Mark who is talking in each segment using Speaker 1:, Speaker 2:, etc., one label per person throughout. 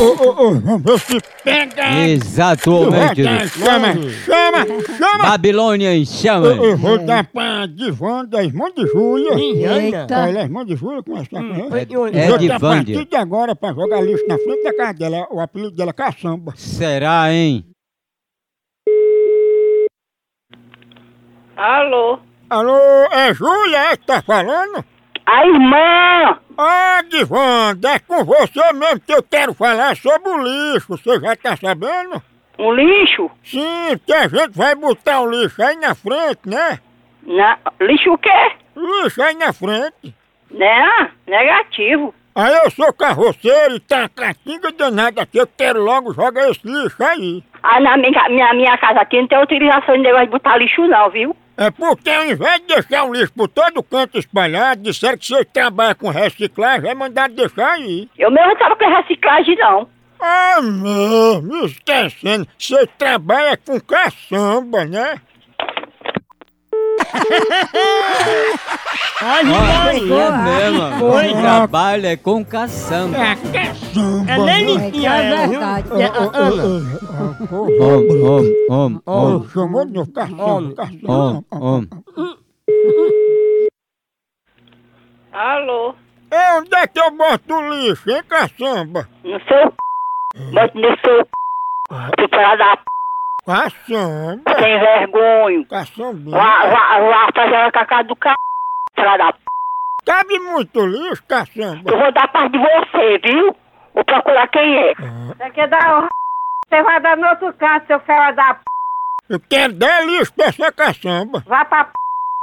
Speaker 1: ô, ô, se pega!
Speaker 2: Exatamente.
Speaker 1: Chama, chama, chama!
Speaker 2: Babilônia em chamas.
Speaker 1: Eu, eu vou dar pra Divanda, irmã é de Júlia.
Speaker 3: Eita.
Speaker 1: Ela é irmã de Júlia, conhece ela? Uhum.
Speaker 3: Oi, oi.
Speaker 1: Vou
Speaker 2: É
Speaker 1: dar a
Speaker 2: Edivândia.
Speaker 1: partir de agora pra jogar lixo na frente da casa dela. O apelido dela é Caçamba.
Speaker 2: Será, hein?
Speaker 4: Alô?
Speaker 1: Alô, é Júlia que tá falando?
Speaker 4: A irmã!
Speaker 1: Ah, Divanda, é com você mesmo que eu quero falar sobre o lixo. Você já tá sabendo?
Speaker 4: Um lixo?
Speaker 1: Sim, porque a gente vai botar o lixo aí na frente, né?
Speaker 4: Na... Lixo o quê?
Speaker 1: Lixo aí na frente.
Speaker 4: Né? Negativo.
Speaker 1: Aí eu sou carroceiro e tá a catinga danada aqui, eu quero logo jogar esse lixo aí.
Speaker 4: Ah, na minha, ca- minha, minha casa aqui não tem utilização de negócio de botar lixo não, viu?
Speaker 1: É porque ao invés de deixar o lixo por todo canto espalhado, disseram que vocês trabalham com reciclagem, é mandado deixar aí.
Speaker 4: Eu mesmo não tava com reciclagem não.
Speaker 1: Ah, não, me esquecendo, você trabalha com caçamba, né?
Speaker 2: Olha, é mesmo.
Speaker 3: Foi.
Speaker 2: O trabalho é com caçamba.
Speaker 3: É nem
Speaker 1: Dạ,
Speaker 5: É que é verdade.
Speaker 3: Ana.
Speaker 2: Om, om, om, om,
Speaker 1: Chamou de novo, caçamba,
Speaker 2: om,
Speaker 1: caçamba.
Speaker 2: om.
Speaker 4: Alô?
Speaker 1: É, onde é que eu boto o lixo, hein, caçamba?
Speaker 4: No seu c... Bote no seu c... Tu para da p...
Speaker 1: Caçamba,
Speaker 4: sem vergonha. Vá,
Speaker 1: caçamba.
Speaker 4: vá, vá fazer a cacá do c... Para da p...
Speaker 1: Cabe muito lixo, caçamba.
Speaker 4: Eu vou dar parte de você, viu? Vou procurar quem é.
Speaker 5: Você quer dar um... Você vai dar no outro canto, seu fela da p...
Speaker 1: Eu quero dar lixo pra essa caçamba.
Speaker 5: Vá pra p...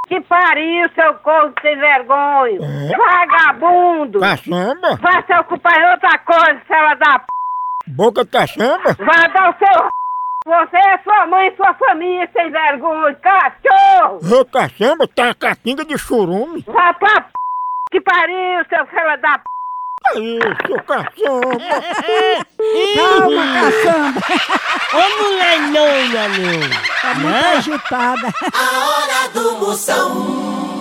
Speaker 5: Que pariu, seu corno sem vergonha.
Speaker 1: É.
Speaker 5: Vagabundo.
Speaker 1: Caçamba,
Speaker 5: Vá se ocupar em outra coisa, fela da p...
Speaker 1: boca de caçamba.
Speaker 5: Vá dar o seu... Você, é sua mãe e sua família sem vergonha. Cachorro.
Speaker 1: Ô, caçamba, tá uma catinga de churume.
Speaker 5: Vá pra p... Que pariu, seu fela da p...
Speaker 1: Aí, seu caçamba.
Speaker 3: Ô mulher não, meu.
Speaker 6: A hora do Moção.